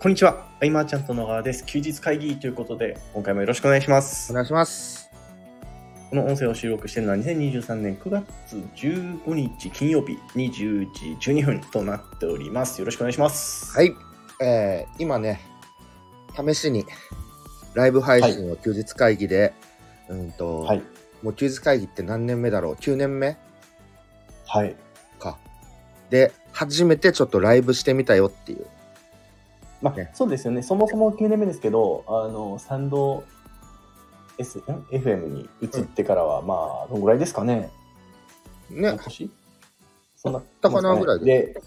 こんにちは。アイマーちゃんと野川です。休日会議ということで、今回もよろしくお願いしますお。願いします。この音声を収録しているのは2023年9月15日金曜日20時12分となっております。よろしくお願いします。はい。えー、今ね、試しに、ライブ配信を休日会議で、うんと、はい。もう休日会議って何年目だろう ?9 年目はい。か。で、初めてちょっとライブしてみたよっていう。まあ、ねそうですよね。そもそも9年目ですけど、あの、サンド S、ん FM に移ってからは、まあ、どのぐらいですかね。ね半、年そんな。たかなぐらいで。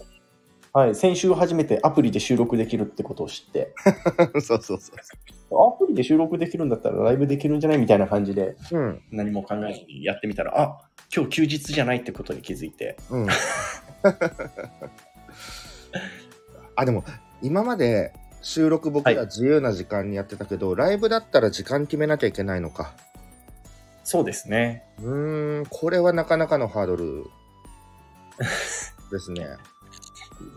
はい。先週初めてアプリで収録できるってことを知って、 そうそうそアプリで収録できるんだったらライブできるんじゃないみたいな感じで、う。うん、何も考えずにやってみたら、あ今日休日じゃないってことに気づいて。 うん。あ、でも、今まで収録僕はら自由な時間にやってたけど、ライブだったら時間決めなきゃいけないのか。そうですね。うーん、これはなかなかのハードルですね。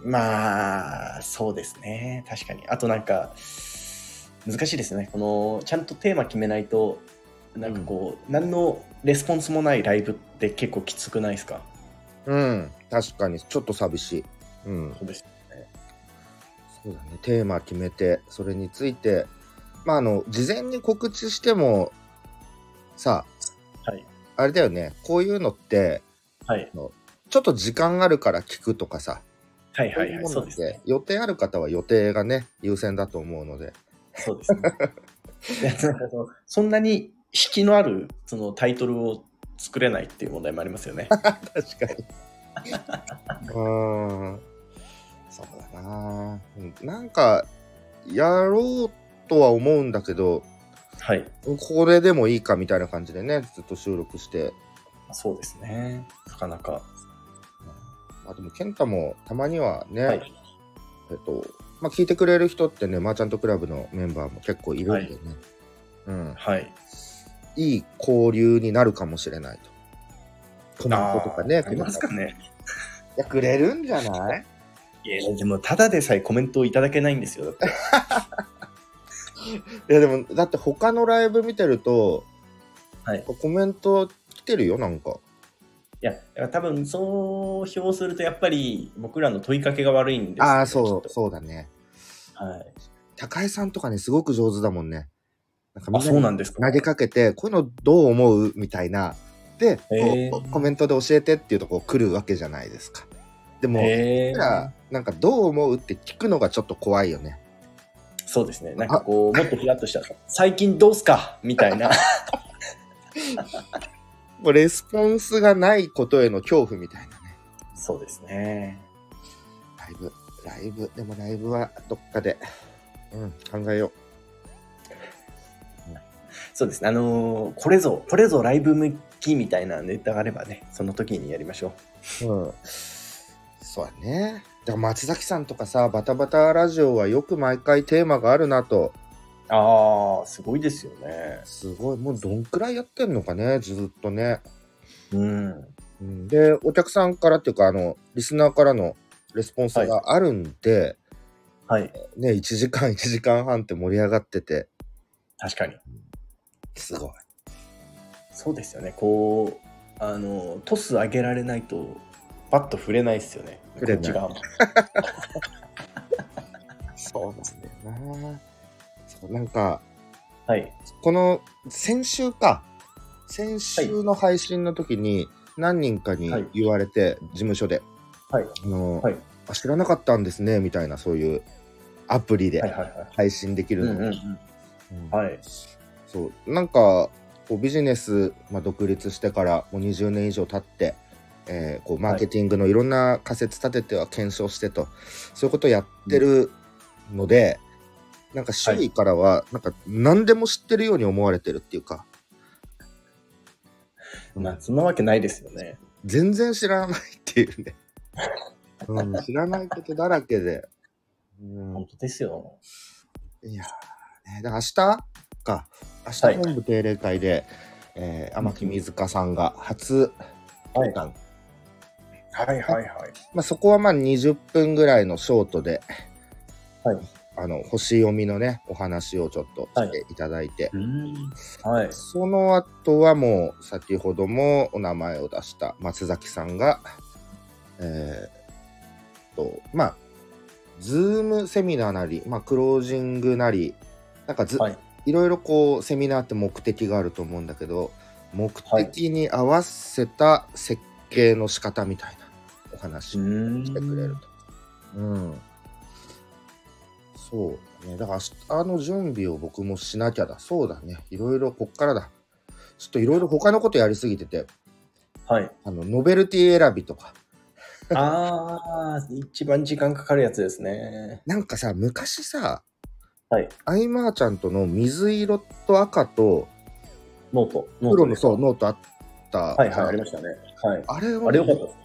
まあ、そうですね。確かに。あとなんか、難しいですね。この、ちゃんとテーマ決めないと、なんかこう、何のレスポンスもないライブって結構きつくないですかうん、確かにちょっと寂しい。うん、そうです。そうだね。テーマ決めて、それについて、まああの事前に告知してもさ、はい。あれだよね。こういうのってはい。ちょっと時間あるから聞くとかさ、はいこはういいうはい。もそのうっですねて。予定ある方は予定がね優先だと思うので、そうですね。いやなんかその そんなに引きのあるそのタイトルを作れないっていう問題もありますよ ね。確かに。 うーん。そうだな。うんなんか、やろうとは思うんだけど、はい。これでもいいかみたいな感じでね、ずっと収録して。そうですね。なかなか。あでも、健太もたまにはね、はい。えっと、まあ、聞いてくれる人ってね、マーチャントクラブのメンバーも結構いるんでね、うん、はい。いい交流になるかもしれないと。コメントとかね、ありますかね。いや、くれるんじゃない いや、でも、ただでさえコメントをいただけないんですよ。だって。いやでもだって他のライブ見てると、はいコメント来てるよなんかいや、だから多分、そう批評すると、やっぱり、僕らの問いかけが悪いんですよああきっそうとそうだねはい。高井さんとかねすごく上手だもんねなんかあ、そうなんんですか。投げかけてこういうのどう思うみたいなで、へーこうコメントで教えてっていうとこ来るわけじゃないですかでもへ僕ーらなんかどう思うって聞くのがちょっと怖いよねそうですね。なんかこう、もっとヒヤッとした。最近どうすかみたい な。もうレスポンスがないことへの恐怖みたいなねそうですね。ライブライブでもライブはどっかで、うん、考えようそうですね。あのーこれぞ、これぞライブ向きみたいなネタがあればね、その時にやりましょう。うん、そうだね。だから松崎さんとかさ、バタバタラジオはよく毎回テーマがあるなと、ああ、すごいですよね。すごい、もうどんくらいやってんのかね、ずっとね。うん。うんで、お客さんからっていうか、あの、リスナーからのレスポンスがあるんで、はい。ね、1時間、1時間半って盛り上がってて、確かに。すごい。そうですよね。こう、あの、トス上げられないと、バッと触れないですよね。触れないこっち側もそうなんだよな。そうなんか、はい。この先週か先週の配信の時に何人かにはい言われて、事務所で、はいあのはいあ知らなかったんですねみたいなそういうアプリはいではいはい。配信できるうんの、うんうん。うんはい。そうなんかこうビジネス、まあ、独立してからもう20年以上経って、えーこうマーケティングのいろんな仮説立てては検証してと、そういうことやってるので、なんか周囲からはなんか何でも知ってるように思われてるっていうか、まあ、そんなわけないですよね。全然知らないっていうね、うん、知らないことだらけで、うん本、当ですよ。いやーね、だから明日か、は明い日本部定例会で、えー天木水香さんが初はい登壇、はいはいはい。まあ、そこはまあ20分ぐらいのショートで、はいあの星読みのねお話をちょっとしていただいて、うんはい。その後はもう先ほどもお名前を出した松崎さんがえー、とまあズームセミナーなり、まあ、クロージングなりなんかず、はいい、ろいろこうセミナーって目的があると思うんだけど目的に合わせた設計の仕方みたいなお話うーんしてくれると。うん。そうだね。だから明日の準備を僕もしなきゃだ。そうだね。いろいろこっからだ。ちょっといろいろ他のことやりすぎてて、 はい。あの、ノベルティ選びとか。ああ、一番時間かかるやつですね。なんかさ、昔さ、はい。アイマーちゃんとの水色と赤とノート。ノー黒トのですそうノートあった。はいはい、ありましたね。はい。あれをね、あれよかったですね。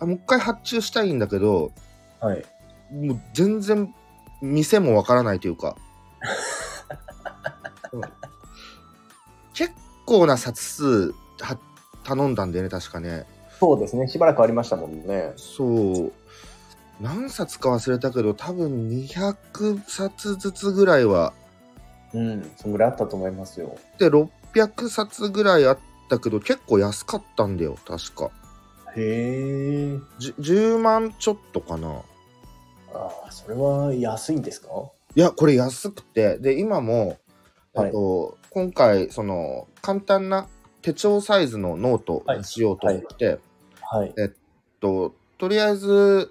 あもう一回発注したいんだけど、はい。もう全然店もわからないというか、うん結構な冊数は頼んだんだよね確かねそうですね。しばらくありましたもんね。そう何冊か忘れたけど多分200冊ずつぐらいはうん。そんぐらいあったと思いますよ。で600冊ぐらいあったけど結構安かったんだよ確かへえ。じ10万ちょっとかなああ、それは安いんですかいやこれ安くてで今も、はいえっと、今回その簡単な手帳サイズのノートにしようと思って、はい。えっととりあえず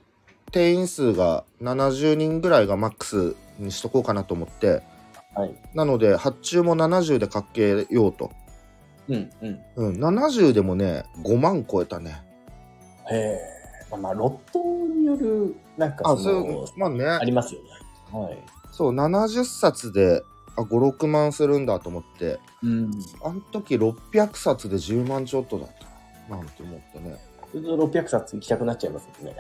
定員数が70人ぐらいがマックスにしとこうかなと思ってはい。なので発注も70でかけようと、うんうん。へうん、70でもね5万超えたねえ。まあまあ、ロットによる、なんかあそのそ、うまああねりますよね。はい。そう70冊で56万するんだと思ってうん。あの時600冊で10万ちょっとだったなんて思ってね。それと600冊行きたくなっちゃいますよね。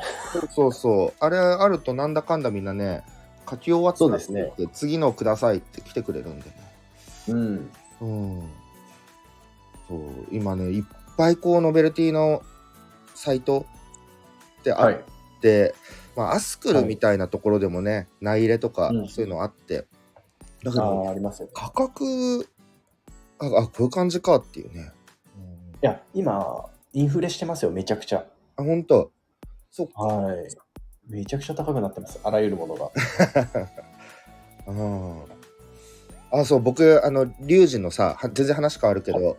そうそう。あれあるとなんだかんだみんなね、書き終わったそうですねって次のくださいって来てくれるんでね。うん。うん。そう、今ね、いっぱいこう、ノベルティのサイトってあはっい。て、まあ、アスクルみたいなところでもね、内入れとかうんそういうのあって、だけあど、あ、ありますよね。価格、あ、あこういう感じかっていうね。うんいや、今、インフレしてますよ、めちゃくちゃ。あ、本当そっか。はい。めちゃくちゃ高くなってます、あらゆるもの が。うんあ、そう、僕、あの、リュウジのさ、は全然話変わるけど、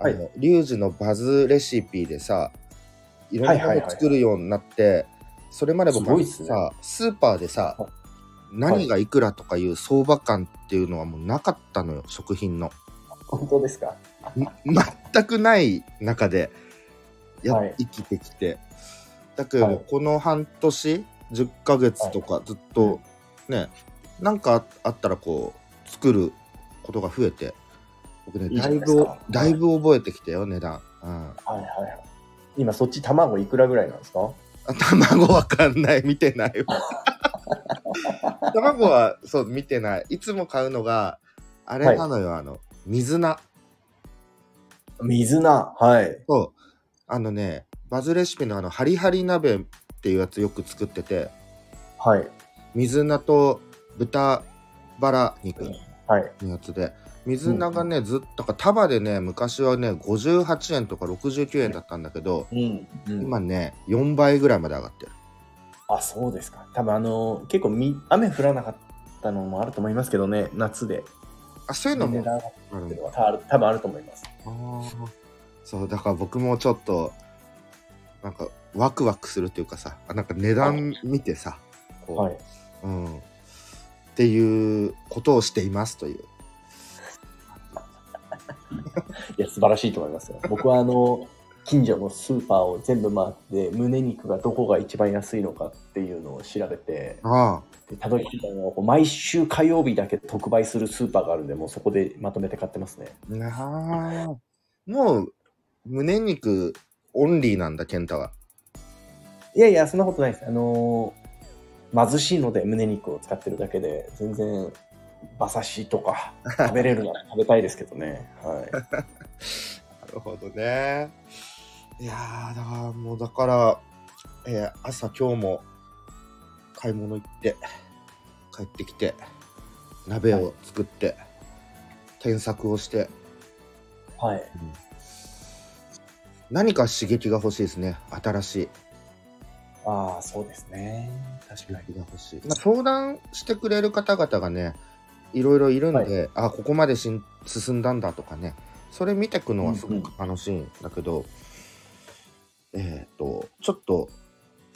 はいあの、リュウジのバズレシピでさ、いろんなはいはいもはいのを作るようになって、それまで僕すごいっすねさ、スーパーでさはい、何がいくらとかいう相場感っていうのはもうなかったのよ、食品の。本当ですかま全くない中でや、はい生きてきてだけど、はいこの半年10ヶ月とかずっと、ねなんかああったらこう作ることが増えて僕ねいいじだゃないいですぶかだいぶ覚えてきたよ値段、うん、 はいはいはい。今、そっち卵いくらぐらいなんですかあ卵わかんない見てない わ卵はそう見てないいつも買うのがあれなのよ、あの水菜水菜。はい。そう。あのね、バズレシピのあの、ハリハリ鍋っていうやつよく作ってて、はい。水菜と豚バラ肉はい。のやつで、水菜がね、ずっと、束でね、昔はね、58円とか69円だったんだけど、うん。今ね、4倍ぐらいまで上がってる。あ、そうですか。多分あの、結構み雨降らなかったのもあると思いますけどね、夏で。あ、そういうの値も段があるんだ。た多分あると思います。あーそう、だから僕もちょっと、なんか、ワクワクするっていうかさ、あなんか値段見てさ、こう、はい。うん、っていうことをしていますという。いや、素晴らしいと思いますよ。 僕はあの、近所のスーパーを全部回って、胸肉がどこが一番安いのかっていうのを調べて、あでたどり着いたのはこう毎週火曜日だけ特売するスーパーがあるんでもうそこでまとめて買ってますねあ、なあ。もう、胸肉オンリーなんだ、健太は。いやいやそんなことないですあのー貧しいので胸肉を使ってるだけで全然馬刺しと か食べれるなら食べたいですけどねはなるほどね。いやー、だからもう、だから、えー朝今日も買い物行って、帰ってきて鍋を作って、添削をして はい。何か刺激が欲しいですね新しいああ、そうですね。確か刺に。激が欲しい、まあ、相談してくれる方々がねいろいろいるんで、あここまでしん進んだんだとかねそれ見てくのはすごく楽しいんだけど、えっ、とちょっと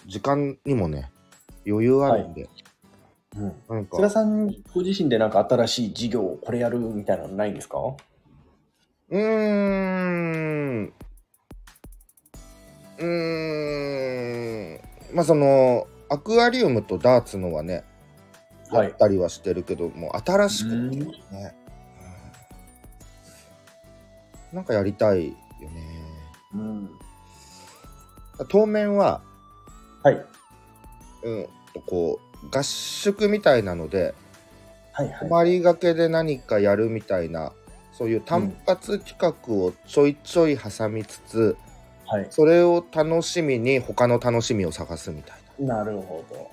時間にもね余裕あるんで、うん。なんか世良さんご自身でなんか新しい事業をこれやるみたいなのないんですかうーん。うーん。まあその、アクアリウムとダーツのはね、はやいっ。たりはしてるけど、もう新しくね、うんなんかやりたいよね。うん。当面は、はい。うんとこう、合宿みたいなので、はいはい。泊まりがけで何かやるみたいな、そういう単発企画をちょいちょい挟みつつ、はい。それを楽しみに他の楽しみを探すみたいな。なるほど。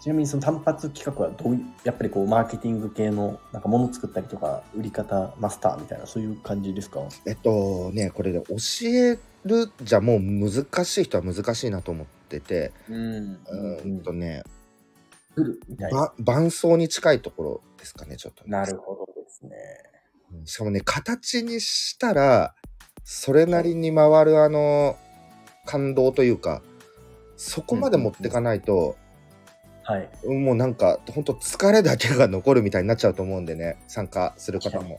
ちなみにその単発企画はどういう、やっぱりこうマーケティング系のなんか物作ったりとか、売り方マスターみたいな、そういう感じですかえっとねこれで教えるじゃもう難しい人は難しいなと思っててうんうーんとね来るみたいな。ば伴奏に近いところですかねちょっとね、なるほどですね。うんしかもね形にしたらそれなりに回るあの感動というかそこまで持ってかないと、はい。もうなんかほんと疲れだけが残るみたいになっちゃうと思うんでね参加する方も。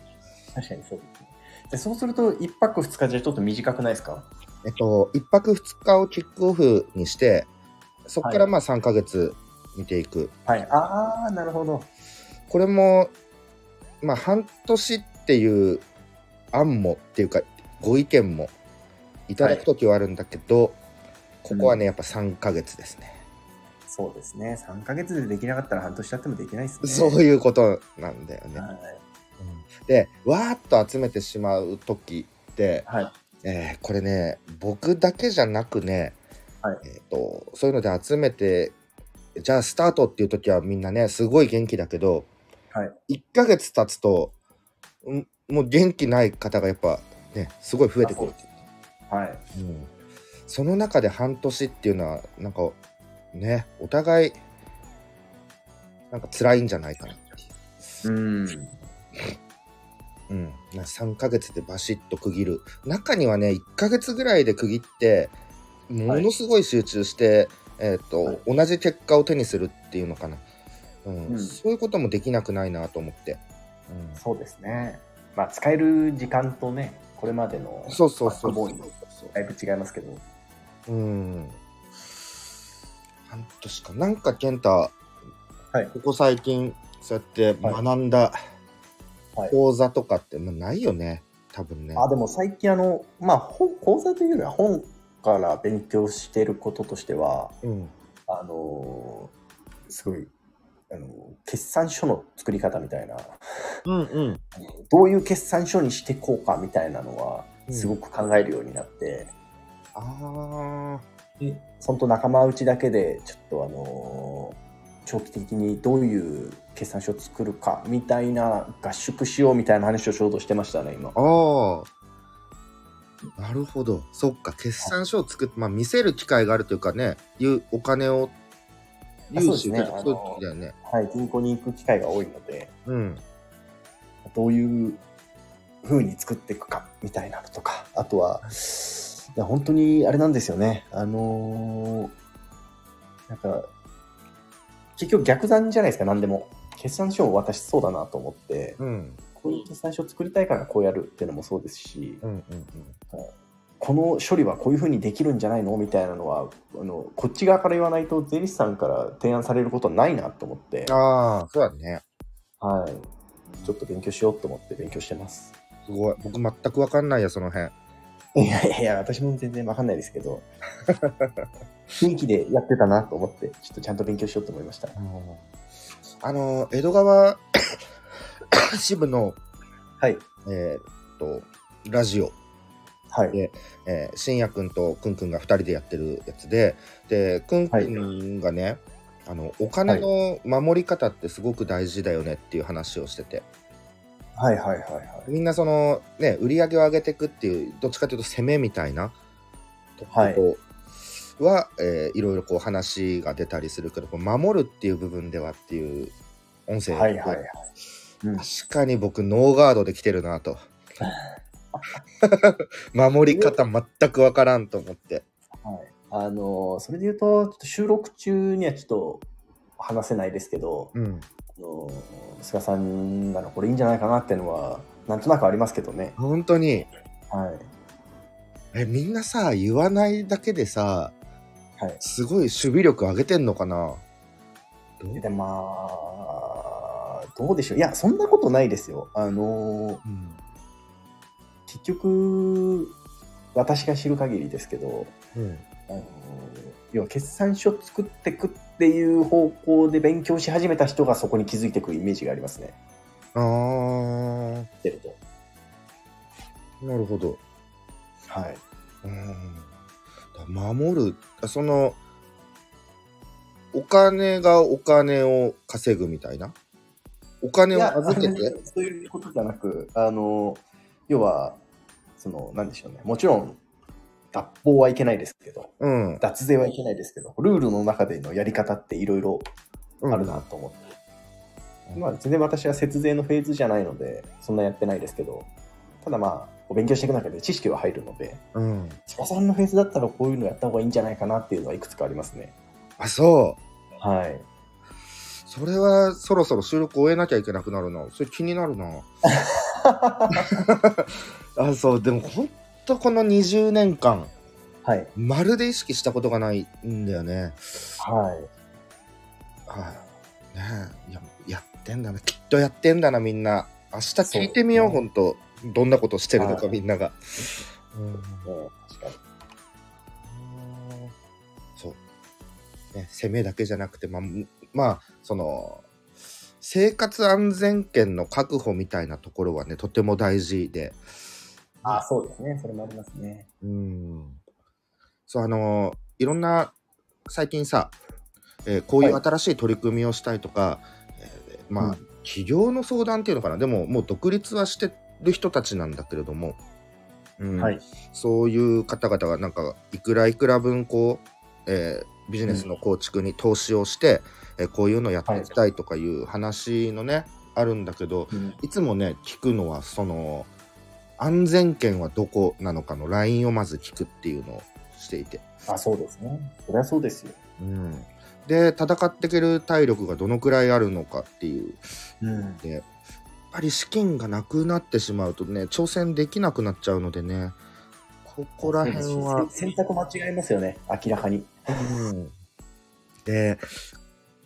確かにそうですね。でそうすると、1泊2日じゃちょっと短くないですかえっと、1泊2日をキックオフにして、そこからはいまあ3ヶ月見ていく。はい。ああ、なるほど。これも、まあ半年っていう案もっていうか、ご意見もいただくときはあるんだけど、ここはね、やっぱ3ヶ月ですね。そうですね。3ヶ月でできなかったら半年経ってもできないですね。そういうことなんだよね。はいで、わーっと集めてしまうときって、はい。えーこれね僕だけじゃなくね、はいえー、とそういうので集めてじゃあスタートっていう時はみんなねすごい元気だけど、はい1ヶ月経つとんもう元気ない方がやっぱねすごい増えてくるっていはい。ううんその中で半年っていうのはなんかねお互いなんか辛いんじゃないかな、うん。うん、なんか3ヶ月でバシッと区切る中にはね1ヶ月ぐらいで区切ってものすごい集中して、えーとはい同じ結果を手にするっていうのかな、うんうんそういうこともできなくないなと思って、うんそうですね。まあ、使える時間とね、これまでのそうそうそバックうボーンにだいぶ違いますけど。うん半年かなんか健太、はいここ最近そうやって学んだはい講座とかって、まあないよね多分ねあ、でも最近、あの、まあ、本、講座というよりは本から勉強してることとしては、うん、あのーすごい、あのー決算書の作り方みたいな、うんうんどういう決算書にしてこうかみたいなのは、うんすごく考えるようになって、あーそんと仲間内だけで、ちょっとあのー長期的にどういう決算書を作るかみたいな合宿しようみたいな話をちょうどしてましたね、今。ああ。なるほど。そっか、決算書を作って、まあ、見せる機会があるというかね、いうお金をあ融そ資うをですね受け取る時だよね。はい、銀行に行く機会が多いので、うん。どういう風に作っていくかみたいなのとか、あとは、いや本当にあれなんですよね。あのーなんか、結局逆算じゃないですか、何でも。決算書を渡しそうだなと思って、うん。こういう決算書を作りたいからこうやるっていうのもそうですし、うん。うん。この処理はこういう風にできるんじゃないのみたいなのはあの、こっち側から言わないと税理士さんから提案されることはないなと思って、ああ、そうだね。はい、ちょっと勉強しようと思って勉強してます。すごい。僕、全くわかんないや、その辺。いやいやいや、私も全然わかんないですけ ど、雰囲気でやってたなと思って、ちょっとちゃんと勉強しようと思いました。あの、江戸川 支部の、はい。えーっと、ラジオ、はい。でえー、信也くんとくんくんが2人でやってるやつで、で、くんくんがね、あのお金の守り方ってすごく大事だよねっていう話をしてて、はいはいはいはい。みんなそのね売り上げを上げていくっていうどっちかというと攻めみたいなとこはいろは、いえーいろいろこう話が出たりするけどこう守るっていう部分ではっていう音声はいはいはい。うん確かに僕ノーガードで来てる なと守り方全くわからんと思ってはい、あのそれで言うとちょっと収録中にはちょっと話せないですけど、うんあの菅さんならこれいいんじゃないかなっていうのはなんとなくありますけどね。本当にはい、えみんなさ言わないだけでさはい、すごい守備力上げてんのかなどうでまあどうでしょういやそんなことないですよ。あのうん結局私が知る限りですけどうんあの要は決算書作ってくっていう方向で勉強し始めた人がそこに気づいてくるイメージがありますね。あー出ると。なるほど。はい。うん。だ守る、あその、お金がお金を稼ぐみたいな。お金いをや預けて。そういうことじゃなく、あの、要は、その、なんでしょうね。もちろん、脱法はいけないですけど、うん。脱税はいけないですけど、ルールの中でのやり方っていろいろうんあるな。と思って。うんまあ、全然私は節税のフェーズじゃないので、そんなやってないですけど、ただまあ、お勉強していく中で知識は入るので、うん。千葉さんのフェーズだったらこういうのやった方がいいんじゃないかなっていうのはいくつかありますね。あ、そう。はい。それはそろそろ収録終えなきゃいけなくなるな。それ気になるな。あ、そう。でもほんとこの20年間、はい。まるで意識したことがないんだよね。はい。はい。ねえ、いや、やってんだな。きっとやってんだな、みんな。明日聞いてみよう、そう本当どんなことしてるのか、はいみんなが。うん。うん確かに。そう。ね、攻めだけじゃなくて、まあ、むまあ、その、生活安全圏の確保みたいなところはね、とても大事で。あ、そうですね。それもありますね。うん。そう、あの、いろんな、最近さ、えーこういうはい新しい取り組みをしたいとか、えーまうあ、ん企業の相談っていうのかなでももう独立はしてる人たちなんだけれども、うんはいそういう方々がなんかいくらいくら分こう、えービジネスの構築に投資をして、えーこういうのやっていきたいとかいう話のね、あるんだけどうんいつもね聞くのはその安全圏はどこなのかのラインをまず聞くっていうのをしていて。あ、そうですね。そりゃそうですよ。うんで戦っていける体力がどのくらいあるのかっていううん。でやっぱり資金がなくなってしまうとね挑戦できなくなっちゃうのでねここら辺は、選択間違えますよね、明らかに。うんで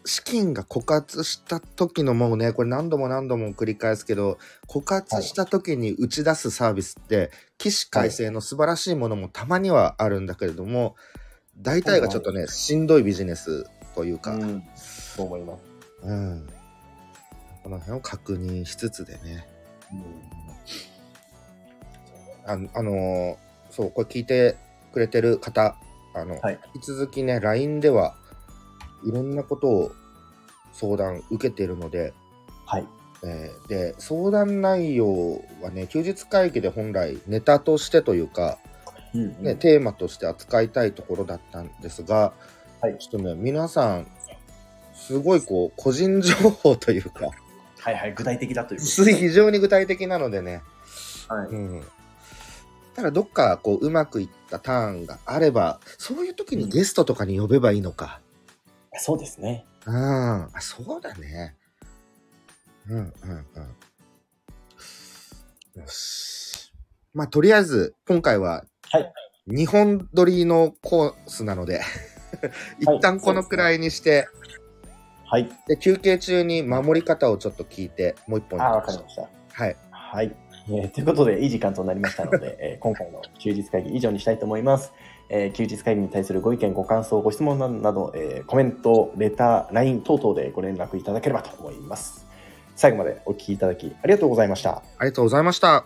資金が枯渇した時のもうねこれ何度も何度も繰り返すけど枯渇した時に打ち出すサービスって起死回生の素晴らしいものもたまにはあるんだけれども大体がちょっとねしんどいビジネスというか、ん。そう思います。うん、この辺を確認しつつでねうんああのーそうこれ聞いてくれてる方あの、はい引き続きね LINE ではいろんなことを相談受けてるので、はい。えーで相談内容はね休日会議で本来ネタとしてというか、うんねテーマとして扱いたいところだったんですが、はいちょっとね皆さんすごいこう個人情報という かはいはい、具体的だということで非常に具体的なのでねはいうん、ただどっかこううまくいったターンがあればそういう時にゲストとかに呼べばいいのか、そうですね。うん、あそうだねうんうんうんよしまあとりあえず今回ははい2本撮りのコースなので一旦このくらいにして、はい。で休憩中に守り方をちょっと聞いてもう一本あ、わかりました。はいはい。えーということで、いい時間となりましたので、えー今回の休日会議以上にしたいと思います。えー休日会議に対するご意見、ご感想、ご質問など、えーコメント、レター、LINE 等々でご連絡いただければと思います。最後までお聞きいただきありがとうございました。ありがとうございました